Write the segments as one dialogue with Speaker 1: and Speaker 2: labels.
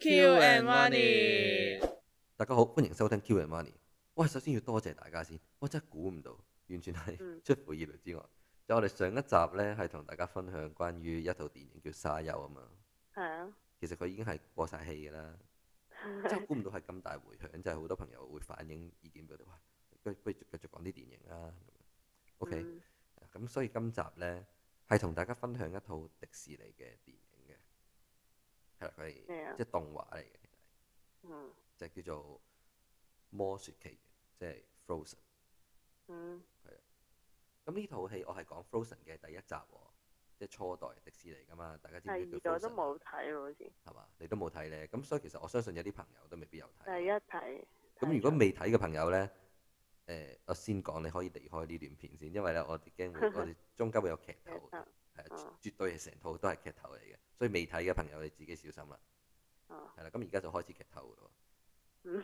Speaker 1: Q and Money
Speaker 2: 大家好，歡迎收聽 Q and Money。喂，首先要多謝大家先，我真係估唔到，完全係
Speaker 1: 嗯
Speaker 2: 出乎意料之外。就我哋上一集呢，係同大家分享關於一套電影叫《沙丘》啊嘛，
Speaker 1: 係啊，
Speaker 2: 其實佢已經係過晒氣㗎啦，真係估唔到係咁大迴響，就係、好多朋友會反映意見俾我哋，哇，不如不如繼續講啲電影啦。咁樣 OK，咁、
Speaker 1: 嗯
Speaker 2: 所以今集呢，係同大家分享一套迪士尼嘅電影嘅，係啦，佢
Speaker 1: 咩啊
Speaker 2: 係即係動畫嚟嘅。
Speaker 1: 嗯
Speaker 2: 就叫做魔雪奇緣，即係 Frozen。
Speaker 1: 嗯
Speaker 2: 咁呢套戲我係講 Frozen 嘅第一集喎，即係初代迪士尼噶嘛，大家知
Speaker 1: 第
Speaker 2: 唔知
Speaker 1: 二
Speaker 2: 叫
Speaker 1: 我都
Speaker 2: Frozen
Speaker 1: 冇
Speaker 2: 啊
Speaker 1: 睇喎，好似第
Speaker 2: 係嘛？你都冇睇咧，咁所以其實我相信有啲朋友都未必有
Speaker 1: 一
Speaker 2: 睇。
Speaker 1: 睇。
Speaker 2: 啊咁如果未睇嘅朋友咧，誒、我先講你可以離開呢段片先，因為咧我哋驚 會我哋中間會有劇
Speaker 1: 劇
Speaker 2: 透，係
Speaker 1: 透哦
Speaker 2: 啊，絕對係成套都係劇透嚟嘅，所以未睇嘅朋友你自己小心啦。
Speaker 1: 哦
Speaker 2: 係啦，咁而家就開始劇透咯。
Speaker 1: 嗯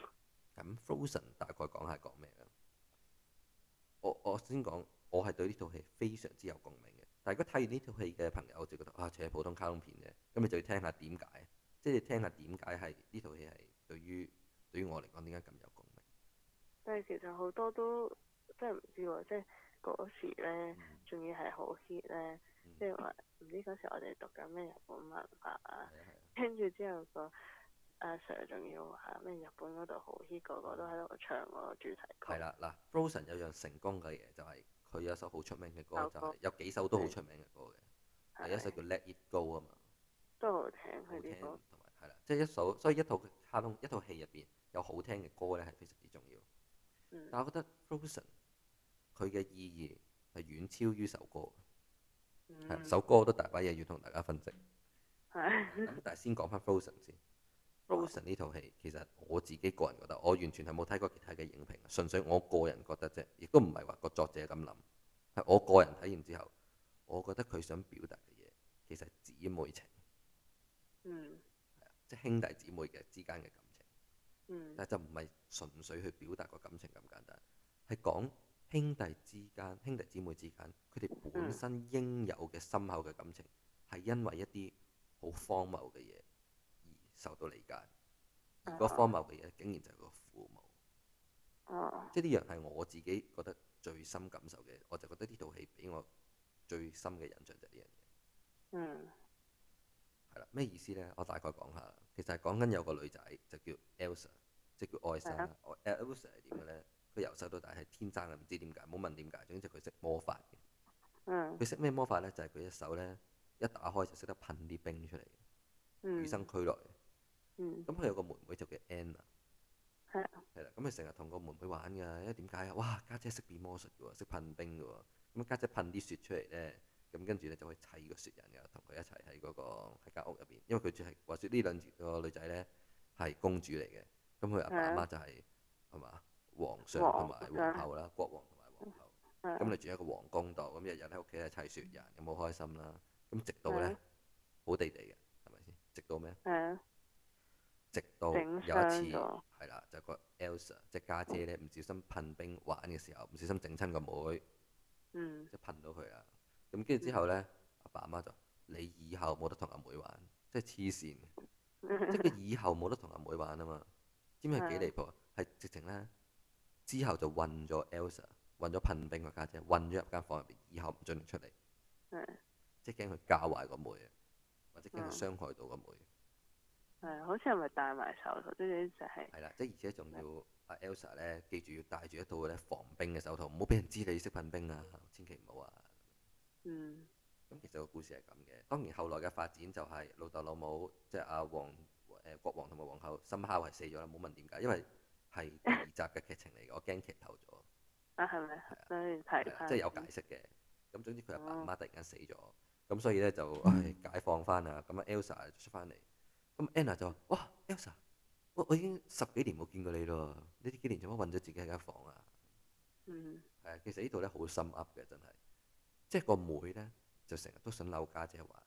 Speaker 2: 咁 Frozen 大概講下講咩咧？我我先講，我係對呢套戲非常之有共鳴嘅。但係如果睇完呢套戲嘅朋友就覺得啊，除係普通卡通片啫，咁你就要聽下點解，即係你聽下點解係呢套戲係對於對於我嚟講點解咁有共鳴。
Speaker 1: 但係其實好多都真係唔知喎，即係嗰時咧
Speaker 2: 嗯，
Speaker 1: 仲要係好 hit 咧，
Speaker 2: 嗯
Speaker 1: 即係話唔知嗰時我哋讀緊咩日本文化啊，
Speaker 2: 係啊係啊
Speaker 1: 跟住之後個阿 Sir 仲要話咩日本嗰度好 hit，個個都喺度唱嗰個主題曲。
Speaker 2: 係啦，嗱，Frozen 有樣成功嘅嘢就係、佢有一首好出名嘅歌
Speaker 1: 首，
Speaker 2: 就
Speaker 1: 歌
Speaker 2: 係、有幾首都好出名嘅歌嘅，
Speaker 1: 係，
Speaker 2: 第一首叫 Let It Go 啊嘛。
Speaker 1: 都好聽
Speaker 2: 好
Speaker 1: 佢
Speaker 2: 聽
Speaker 1: 啲
Speaker 2: 同
Speaker 1: 歌。
Speaker 2: 埋係啦，即係一首，所以一套卡通一套戲入邊有好聽嘅歌咧係非常之重要。
Speaker 1: 嗯
Speaker 2: 但我覺得 Frozen 佢嘅意義係遠超於首歌嘅，係
Speaker 1: 嗯
Speaker 2: 首歌都大把嘢要同大家分析。
Speaker 1: 係
Speaker 2: 咁但係先講翻 Frozen 先。Frozen 呢套戲其實我自己個人覺得，我完全係冇睇過其他嘅影評，純粹我個人覺得啫，亦都唔係話個作者咁諗，係我個人睇完之後，我覺得佢想表達嘅嘢其實係姊妹情，
Speaker 1: 嗯
Speaker 2: 即係兄弟姊妹嘅之間嘅感情。
Speaker 1: 嗯
Speaker 2: 但就唔係純粹去表達個感情咁簡單，係講兄弟之間、兄弟姊妹之間，佢哋本身應有嘅深厚嘅感情，係因為一啲好荒謬嘅嘢而受到理解，而個
Speaker 1: 啊
Speaker 2: 荒謬嘅嘢竟然就係個父母，
Speaker 1: 哦
Speaker 2: 即係呢樣係我自己覺得最深感受嘅，我就覺得呢套戲俾我最深嘅印象就係呢樣嘢。
Speaker 1: 嗯
Speaker 2: 係啦，咩意思呢？我大概講下啦。其實係講緊有個女仔就叫 Elsa，即係叫愛莎
Speaker 1: 係啊
Speaker 2: 啦。我 Elsa 係點嘅呢？佢由細到大係天生嘅，唔知點解，冇問點解。總之就佢識魔法嘅。
Speaker 1: 嗯
Speaker 2: 佢識咩魔法呢？就係、佢一手呢，一打開就識得噴啲冰出嚟，
Speaker 1: 嗯
Speaker 2: 與生俱來嘅。
Speaker 1: 嗯
Speaker 2: 咁佢有個妹妹就叫 Anna。
Speaker 1: 係
Speaker 2: 係啦，咁佢成日同個妹妹玩㗎，因為點解啊？哇，家姐識變魔術嘅喎，識噴冰嘅喎。咁啊家姐噴啲雪出嚟咧，咁跟住咧就可以砌個雪人㗎，同佢一齊喺嗰個喺間屋入邊。因為佢住係話説呢兩個女仔咧係公主嚟嘅，咁佢阿爸阿媽就係啊係嘛皇上同埋皇后啦，國王同埋皇后。
Speaker 1: 係
Speaker 2: 咁你住喺個皇宮度，咁日日喺屋企係砌雪人，咁好開心啦。咁直到
Speaker 1: 係
Speaker 2: 咧好地地嘅，係咪先？直到咩？
Speaker 1: 係啊嗯
Speaker 2: 直到有
Speaker 1: 整
Speaker 2: 一
Speaker 1: 傷
Speaker 2: 次
Speaker 1: 咗
Speaker 2: 係啦，就個 Elsa 即係家姐咧，唔小心噴冰玩嘅時候，唔小心整親個妹，
Speaker 1: 嗯
Speaker 2: 即係噴到佢啦。咁跟住之後咧，阿爸阿媽就你以後冇得同阿妹玩，即係黐線嘅，即係佢以後冇得同阿妹玩啊嘛。知唔知係幾離譜啊？係直情咧之後就韞咗 Elsa，韞咗噴冰個家姐，韞咗入間房入邊，以後唔準出嚟，
Speaker 1: 係
Speaker 2: 即係驚佢教壞個妹啊，或者驚
Speaker 1: 嗯
Speaker 2: 佢傷害到個妹。啊
Speaker 1: 係，啊好似係咪戴埋手套？即係就係
Speaker 2: 係啦，即係而且仲要阿 Elsa 咧，記住要戴住一套咧防冰嘅手套，唔好俾人知你識噴冰啊！ 千祈唔好啊！
Speaker 1: 嗯
Speaker 2: 咁其實個故事係咁嘅。當然後來嘅發展就係老豆老母，即係阿王誒國王同埋皇后，深烤係死咗啦。冇問點解，因為係第二集嘅劇情嚟嘅，我驚劇透咗，
Speaker 1: 啊係咪？所以睇
Speaker 2: 係哦啦
Speaker 1: 翻
Speaker 2: 即係有解釋嘅。咁總之佢阿爸阿媽突然間死咗，咁所以咧就唉解放翻啦。咁啊 Elsa 出翻嚟，咁 Anna 就話：哇，Elsa，我我已經十幾年冇見過你咯，你呢幾年做乜困咗自己喺間房啊？
Speaker 1: 嗯
Speaker 2: 係啊，其實呢度咧好心噏嘅，真係，即係個妹咧就成日都想扭家姐玩，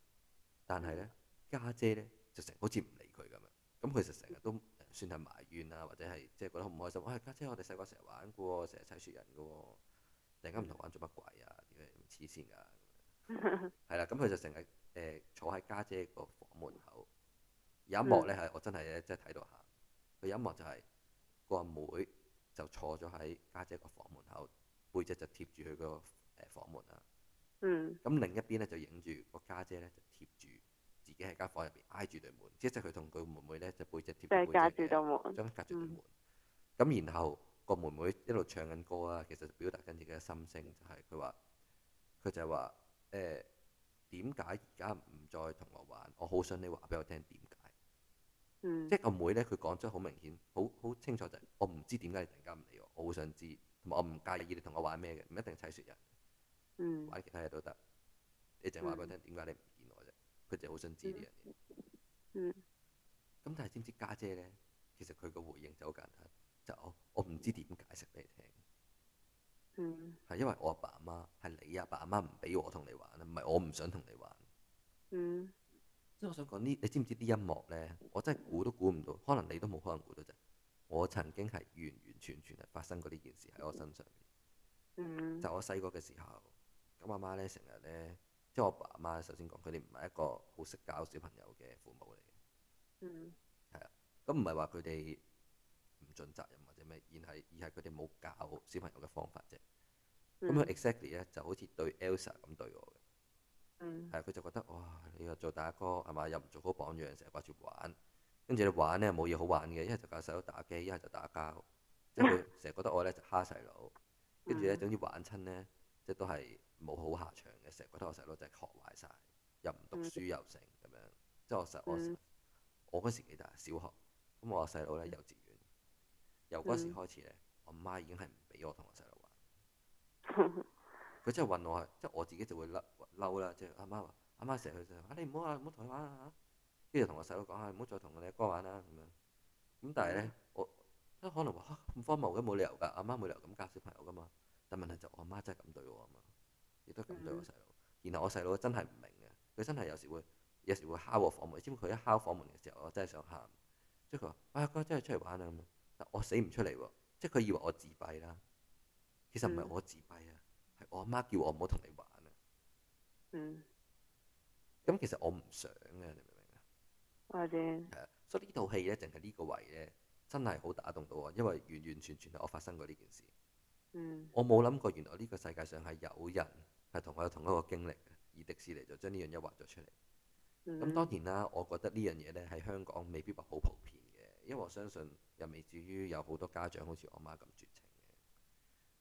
Speaker 2: 但係咧家姐咧就成日好似唔理佢咁樣，咁佢就成日都誒算係埋怨啊，或者係即係覺得好唔開心。哎喂、家姐，我哋細個成日玩嘅喎，成日砌雪人嘅喎，突然間唔同玩做乜鬼啊？點解黐線㗎？
Speaker 1: 嗯
Speaker 2: 係啦，咁佢就成日誒坐喺家姐個房門口，有一幕
Speaker 1: 嗯
Speaker 2: 咧係我真係咧，真係睇到喊。佢有一幕就係個阿妹就坐咗喺家姐個房門口，背脊就貼住佢個誒房門啦。
Speaker 1: 嗯
Speaker 2: 咁另一邊咧就影住個家姐咧就貼住自己喺間房入邊挨住對門，即係佢同佢妹妹咧就背脊貼住
Speaker 1: 即係
Speaker 2: 背脊
Speaker 1: 隔住
Speaker 2: 嘅
Speaker 1: 道門，
Speaker 2: 將隔住對
Speaker 1: 嗯
Speaker 2: 門。咁、然後個妹妹一路唱緊歌啊，其實表達緊自己嘅心聲，就係佢話佢就係話誒點解而家唔再同我玩？我好想你話俾我聽點解。
Speaker 1: 嗯
Speaker 2: 即係我妹咧，佢講出好明顯，好好清楚就係、我唔知點解你突然間唔理我，我好想知，同埋我唔介意你同我玩咩嘅，唔一定砌雪人，
Speaker 1: 嗯
Speaker 2: 玩其他嘢都得。你淨係話俾我聽點解你唔見我啫，佢就好想知呢樣嘢。
Speaker 1: 嗯
Speaker 2: 咁但係知唔知家姐咧，其實佢個回應就好簡單，就我我唔知點解釋俾你聽，
Speaker 1: 嗯
Speaker 2: 係因為我阿爸阿媽係你阿爸阿媽唔俾我同你玩啊，唔係我唔想同你玩。
Speaker 1: 嗯
Speaker 2: 即係我想講呢，你知唔知啲音樂咧？我真係估都估唔到，可能你都冇可能估到啫。我曾經係完完全全係發生過呢件事喺我身上面。
Speaker 1: 嗯
Speaker 2: 就我細個嘅時候，咁阿媽咧成日咧，即係我爸媽首先講，佢哋唔係一個好識教小朋友嘅父母嚟嘅，
Speaker 1: 嗯
Speaker 2: 咁唔係話佢哋唔盡責任或者咩，而係而係佢哋冇教小朋友嘅方法啫。咁佢 exactly 咧就好似對 Elsa 咁對我
Speaker 1: 嗯
Speaker 2: 嘅，係佢就覺得哇，你又做大哥係嘛，又唔做好榜樣，成日掛住玩，跟住你玩咧冇嘢好玩嘅，一係就教細佬打機，一係就打交，即係佢成日覺得我咧就蝦細佬。跟住咧，
Speaker 1: 嗯
Speaker 2: 總之玩親咧，即係都係冇好下場嘅。成日覺得我細佬就係學壞晒，又唔讀
Speaker 1: 嗯
Speaker 2: 書又成咁樣。即係我細我細
Speaker 1: 嗯
Speaker 2: 我嗰時幾大，小學咁我細佬咧幼稚園，由嗰時
Speaker 1: 嗯
Speaker 2: 開始咧，我媽已經係唔俾我同我細佬玩。佢真係問我係，啊即係我自己就會嬲嬲啦。即係阿媽話：阿媽成日佢就話：啊你唔好啊，唔好同佢玩啊！跟住就同我細佬講啊，唔好再同你阿哥玩啦咁樣。咁但係咧
Speaker 1: 嗯，
Speaker 2: 我都可能話啊咁荒謬嘅，冇理由㗎，阿媽冇理由咁教小朋友㗎嘛。但問題就我阿媽真係咁對我啊嘛，亦都咁對我
Speaker 1: 嗯
Speaker 2: 細佬。然後我細佬真係唔明嘅，佢真係有時會有時會敲我房門，知唔知佢一敲房門嘅時候，我真係想喊。即係佢話：啊阿哥真係出嚟玩啊咁樣，但我死唔出嚟喎。即係佢以為我自閉啦，其實唔係
Speaker 1: 嗯
Speaker 2: 我自閉啊，係我阿媽叫我唔好同你玩啊。
Speaker 1: 嗯，
Speaker 2: 咁其實我唔想啊，你明唔明啊？
Speaker 1: 我知，
Speaker 2: 係啊，所以呢套戲咧，淨係呢個位咧，真係好打動到我，因為完完全全係我發生過呢件事。
Speaker 1: 嗯
Speaker 2: 我冇諗過，原來呢個世界上係有人係同我有同一個經歷嘅，而迪士尼就將呢樣嘢畫咗出嚟。
Speaker 1: 嗯，
Speaker 2: 咁當然啦，我覺得呢樣嘢呢喺香港未必話好普遍嘅，因為我相信又未至於有好多家長好似我媽咁絕情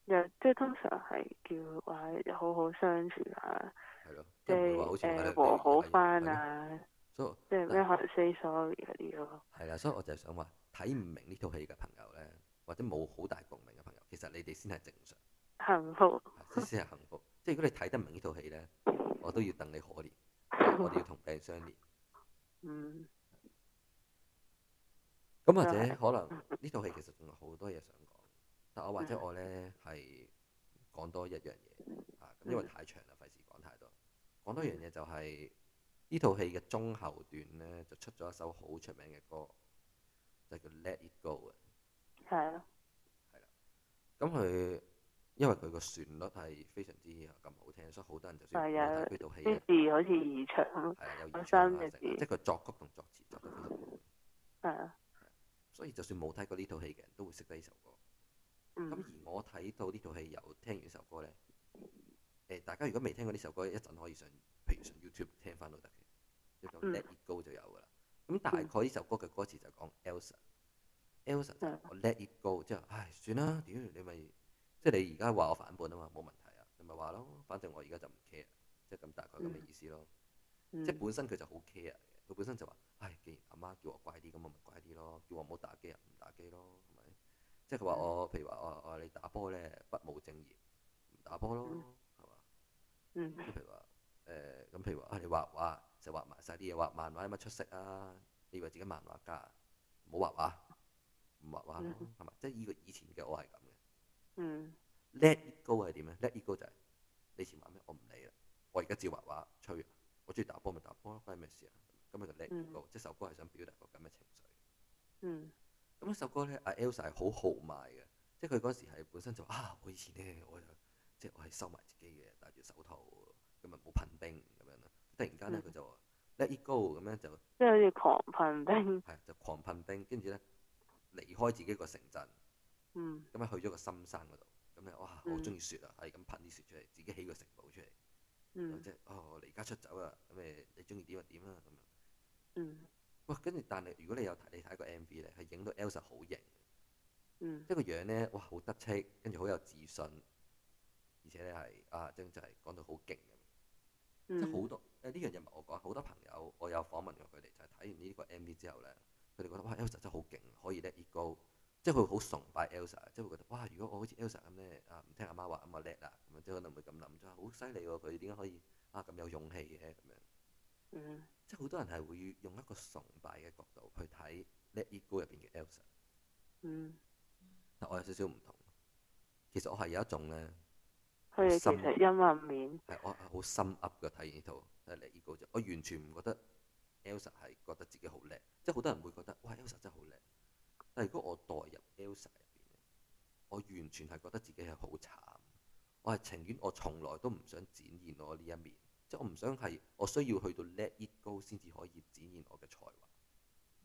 Speaker 2: 嘅，
Speaker 1: 又即係通常係叫話好好相處啊，
Speaker 2: 係咯，即
Speaker 1: 即
Speaker 2: 係唔會
Speaker 1: 係
Speaker 2: 話好似我喺
Speaker 1: 誒
Speaker 2: 度
Speaker 1: 和好
Speaker 2: 比喻
Speaker 1: 翻
Speaker 2: 係咯，
Speaker 1: 啊，
Speaker 2: 所以
Speaker 1: 即係咩可能 say sorry 嗰啲咯。
Speaker 2: 係啦，所以我就係想話睇唔明呢套戲嘅朋友呢，或者冇好大共鳴嘅朋友，其實你哋先係正常，
Speaker 1: 幸福，
Speaker 2: 係 先先係幸福。即係如果你睇得明呢套戲呢，我都要戥你可憐，我哋要同病相憐。
Speaker 1: 嗯
Speaker 2: 咁或
Speaker 1: 真
Speaker 2: 者
Speaker 1: 啊係
Speaker 2: 可能呢套戲其實仲有好多嘢想講，但我或者
Speaker 1: 嗯
Speaker 2: 我呢係講多一樣嘢啊，咁因為
Speaker 1: 嗯
Speaker 2: 太長啦，費事講太多。講多一樣嘢就係呢套戲嘅中後段呢，就出咗一首好出名嘅歌，就叫《Let It Go》嘅。
Speaker 1: 係啊咯，
Speaker 2: 咁佢因為佢個旋律係非常之咁好聽，所以好多人就算
Speaker 1: 係
Speaker 2: 冇
Speaker 1: 啊
Speaker 2: 睇佢套戲
Speaker 1: 啲
Speaker 2: 呢，
Speaker 1: 字好似異常咁，
Speaker 2: 係啊有
Speaker 1: 有
Speaker 2: 演唱
Speaker 1: 三
Speaker 2: 啊成啊
Speaker 1: 隻字
Speaker 2: 即係佢作曲同作詞作得非常好。
Speaker 1: 係啊，
Speaker 2: 所以就算冇睇過呢套戲嘅人都會識得呢首歌。咁
Speaker 1: 嗯
Speaker 2: 而我睇到呢套戲有聽完呢首歌呢，誒、大家如果未聽過呢首歌，一陣可以上，譬如上 YouTube 聽翻都得嘅，你就
Speaker 1: 嗯
Speaker 2: Let It Go 就有噶啦。咁大概呢首歌嘅歌詞就講 Elsa，Elsa 就係
Speaker 1: 嗯
Speaker 2: 我 Let It Go，即係唉算啦，屌你咪即係你而家話我反叛啊嘛，冇問題啊，你咪話咯，反正我而家就唔 care，即係咁大概咁嘅意思咯。
Speaker 1: 嗯
Speaker 2: 即係本身佢就好 care 嘅，佢本身就話：，唉，既然阿媽叫我乖啲，咁我咪乖啲咯；叫我唔好打機啊，唔打機咯，係咪？即係佢話
Speaker 1: 嗯
Speaker 2: 我，譬如話我我你打波咧不務正業，唔打波咯，
Speaker 1: 嗯
Speaker 2: 係嘛？
Speaker 1: 嗯
Speaker 2: 即係譬如話誒，咁譬如話啊，你畫畫就畫埋晒啲嘢，畫漫畫有乜出色啊？你以為自己漫畫家啊？唔好畫畫，唔畫畫咯，係咪？即係依個以前嘅我係咁嘅。
Speaker 1: 嗯
Speaker 2: Let it go 係點咧？Let it go 就係你以前玩咩，我唔理啦，我而家照畫畫吹啊，我中意打波咪打波咯，關你咩事啊？咁咪就 let it
Speaker 1: 嗯
Speaker 2: go，、即係首歌係想表達個咁嘅情緒。
Speaker 1: 嗯
Speaker 2: 咁呢首歌咧，阿 Elsa 係好豪邁嘅，即係佢嗰時係本身就話啊，我以前咧我就啊即係我係收埋自己嘅，戴住手套咁咪冇噴冰咁樣啦。突然間咧，
Speaker 1: 嗯
Speaker 2: 佢就話 let it go 咁樣就
Speaker 1: 即係好似狂噴冰，
Speaker 2: 係就狂噴冰，跟住咧離開自己個城鎮，
Speaker 1: 嗯
Speaker 2: 咁啊去咗個深山嗰度，咁咧哇好
Speaker 1: 嗯
Speaker 2: 中意雪啊，係咁噴啲雪出嚟，自己起個城堡出嚟，咁
Speaker 1: 嗯
Speaker 2: 即係哦我離家出走啦，咁誒你中意點就點啦咁樣。
Speaker 1: 嗯
Speaker 2: 哇！跟住但係如果你有睇你睇個 M V 咧，係影到 Elsa 好型，
Speaker 1: 嗯
Speaker 2: 即係個樣咧哇好得戚，跟住好有自信，而且咧係啊真就係講到好勁咁。即係好
Speaker 1: 嗯
Speaker 2: 多誒呢樣嘢唔係我講，好多朋友我有訪問過佢哋，就係、睇完呢個 MV 之後咧，佢哋覺得哇 Elsa 真係好勁，可以 let it go，即係佢會好崇拜 Elsa，即係會覺得哇如果我好似 Elsa 咁咧啊唔聽阿媽話咁啊叻啦，咁啊即係可能會咁諗，就係好犀利喎佢點解可以啊咁有勇氣嘅咁樣，
Speaker 1: 嗯
Speaker 2: 即係好多人係會用一個崇拜嘅角度去睇 let it go 入邊嘅 Elsa，
Speaker 1: 嗯，
Speaker 2: 但我有少少唔同，其實我係有一種咧。
Speaker 1: 佢哋其
Speaker 2: 心
Speaker 1: 實陰暗面，
Speaker 2: 係我係好心噏嘅睇完呢套睇嚟呢個就，我完全唔覺得 Elsa 係覺得自己好叻，即係好多人會覺得哇 Elsa 真係好叻，但係如果我代入 Elsa 入邊咧，我完全係覺得自己係好慘，我係情願我從來都唔想展現我呢一面，即係我唔想係我需要去到 let it go 先至可以展現我嘅才華，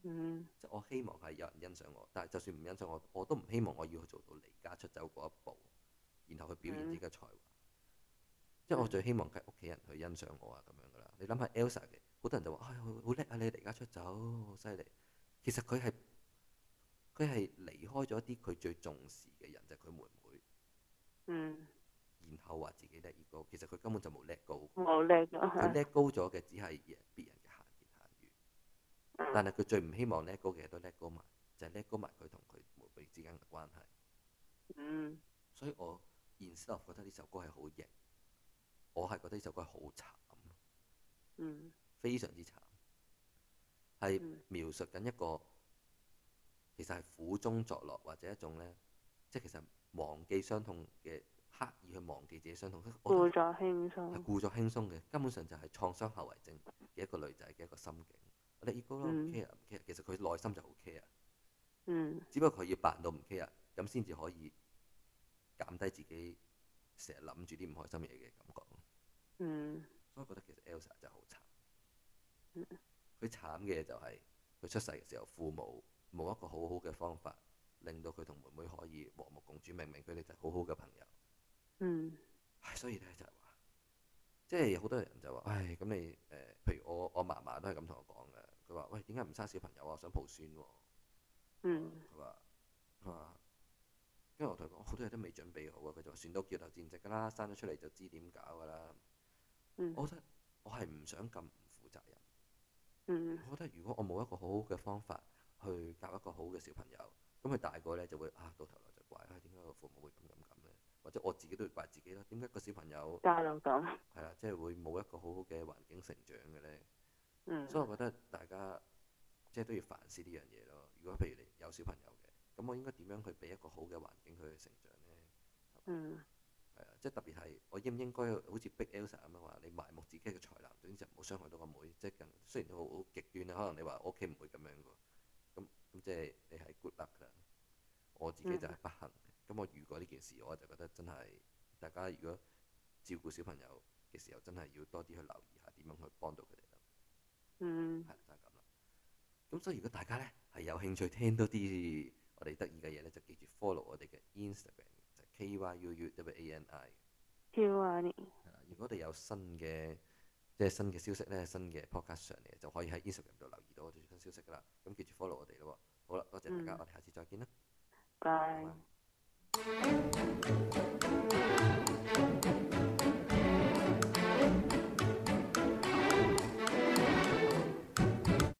Speaker 1: 嗯
Speaker 2: 即係我希望係有人欣賞我，但係就算唔欣賞我，我都唔希望我要去做到離家出走嗰一步，然後去表現自己嘅才華。因為我最希望係屋企人去欣賞我啊咁樣噶啦。你諗下 Elsa 嘅，好多人就話：，唉、好好叻啊！你離家出走，好犀利。其實佢係佢係離開咗一啲佢最重視嘅人，就係、佢妹妹，
Speaker 1: 嗯，
Speaker 2: 然後話自己叻高，其實佢根本就冇叻高。
Speaker 1: 冇叻啊
Speaker 2: 佢
Speaker 1: 咗，
Speaker 2: 叻高咗嘅只係別人嘅閒言閒語，但係佢最唔希望叻高嘅都叻高埋，就係、叻高埋佢同佢妹妹之間嘅關係。
Speaker 1: 嗯
Speaker 2: 所以我 i n s t 覺得呢首歌係好型，我係覺得呢首歌係好慘，
Speaker 1: 嗯
Speaker 2: 非常之慘，係
Speaker 1: 嗯
Speaker 2: 描述緊一個其實係苦中作樂或者一種呢，即係其實忘記傷痛嘅刻意去忘記自己傷痛，
Speaker 1: 故
Speaker 2: 我覺得
Speaker 1: 作輕
Speaker 2: 係
Speaker 1: 鬆，
Speaker 2: 故作輕鬆嘅，根本上就係創傷後遺症嘅一個女仔嘅一個心境。我哋 ego 啦唔
Speaker 1: 嗯
Speaker 2: care 唔 care，其實佢內心就好 care，
Speaker 1: 嗯
Speaker 2: 只不過佢要扮到唔 care，咁啊先至可以減低自己成日諗住啲唔開心嘢嘅感覺。
Speaker 1: 嗯
Speaker 2: 所以我覺得其實 Elsa 真係好慘
Speaker 1: 嗯。
Speaker 2: 佢慘嘅就係佢出世嘅時候，父母冇一個好好嘅方法，令到佢同妹妹可以和睦共處。明明佢哋就係好好嘅朋友，
Speaker 1: 嗯
Speaker 2: 唉所以咧就係話，即係好多人就話，唉，咁你誒、呃譬如我我嫲嫲都係咁同我講嘅。佢話：喂，點解唔生小朋友啊？我想抱孫喎、
Speaker 1: 嗯
Speaker 2: 佢話佢話，因為我同佢講好多嘢都未準備好啊。佢就話算到叫頭戰績㗎啦，生咗出嚟就知點搞㗎啦。
Speaker 1: 嗯
Speaker 2: 我覺得我係唔想咁唔負責任。
Speaker 1: 嗯
Speaker 2: 我覺得如果我冇一個好好嘅方法去教一個好嘅小朋友，咁佢大個呢就會啊到頭來就怪啊點解個父母會咁咁咁呢？或者我自己都會怪自己啦。點解個小朋友
Speaker 1: 教到咁，
Speaker 2: 係啦，即係會冇一個好好嘅環境成長嘅呢？
Speaker 1: 嗯
Speaker 2: 所以我覺得大家即係都要反思呢樣嘢咯。如果譬如你有小朋友嘅，咁我應該點樣去俾一個好嘅環境佢去成長呢？
Speaker 1: 嗯
Speaker 2: 係啊，即係特別係我應唔應該好似逼 Elsa 咁樣話，你埋沒自己嘅才能，總之就唔好傷害到個妹。即係近雖然好好極端啊啦，可能你話我屋企唔會咁樣嘅，咁咁即係你係 good luck 啦。我自己就係不幸嘅，咁我遇過呢件事，我就覺得真係大家如果照顧小朋友嘅時候，真係要多啲去留意下點樣去幫到佢哋啦。
Speaker 1: 嗯
Speaker 2: 係就係咁啦。咁所以如果大家咧係有興趣聽多啲我哋得意嘅嘢咧，就記住 follow 我哋嘅 Instagram 就 K Y U U W A N I。
Speaker 1: ，Q 啊你，
Speaker 2: 係啦，如果我哋有新嘅即係新嘅消息咧，新嘅 podcast 上嚟就可以喺 Instagram 度留意到我哋最新消息噶啦。咁記住 follow 我哋咯喎。好啦，多謝大家，啊
Speaker 1: 嗯
Speaker 2: 我哋下次再見啦，拜
Speaker 1: 拜
Speaker 2: 拜。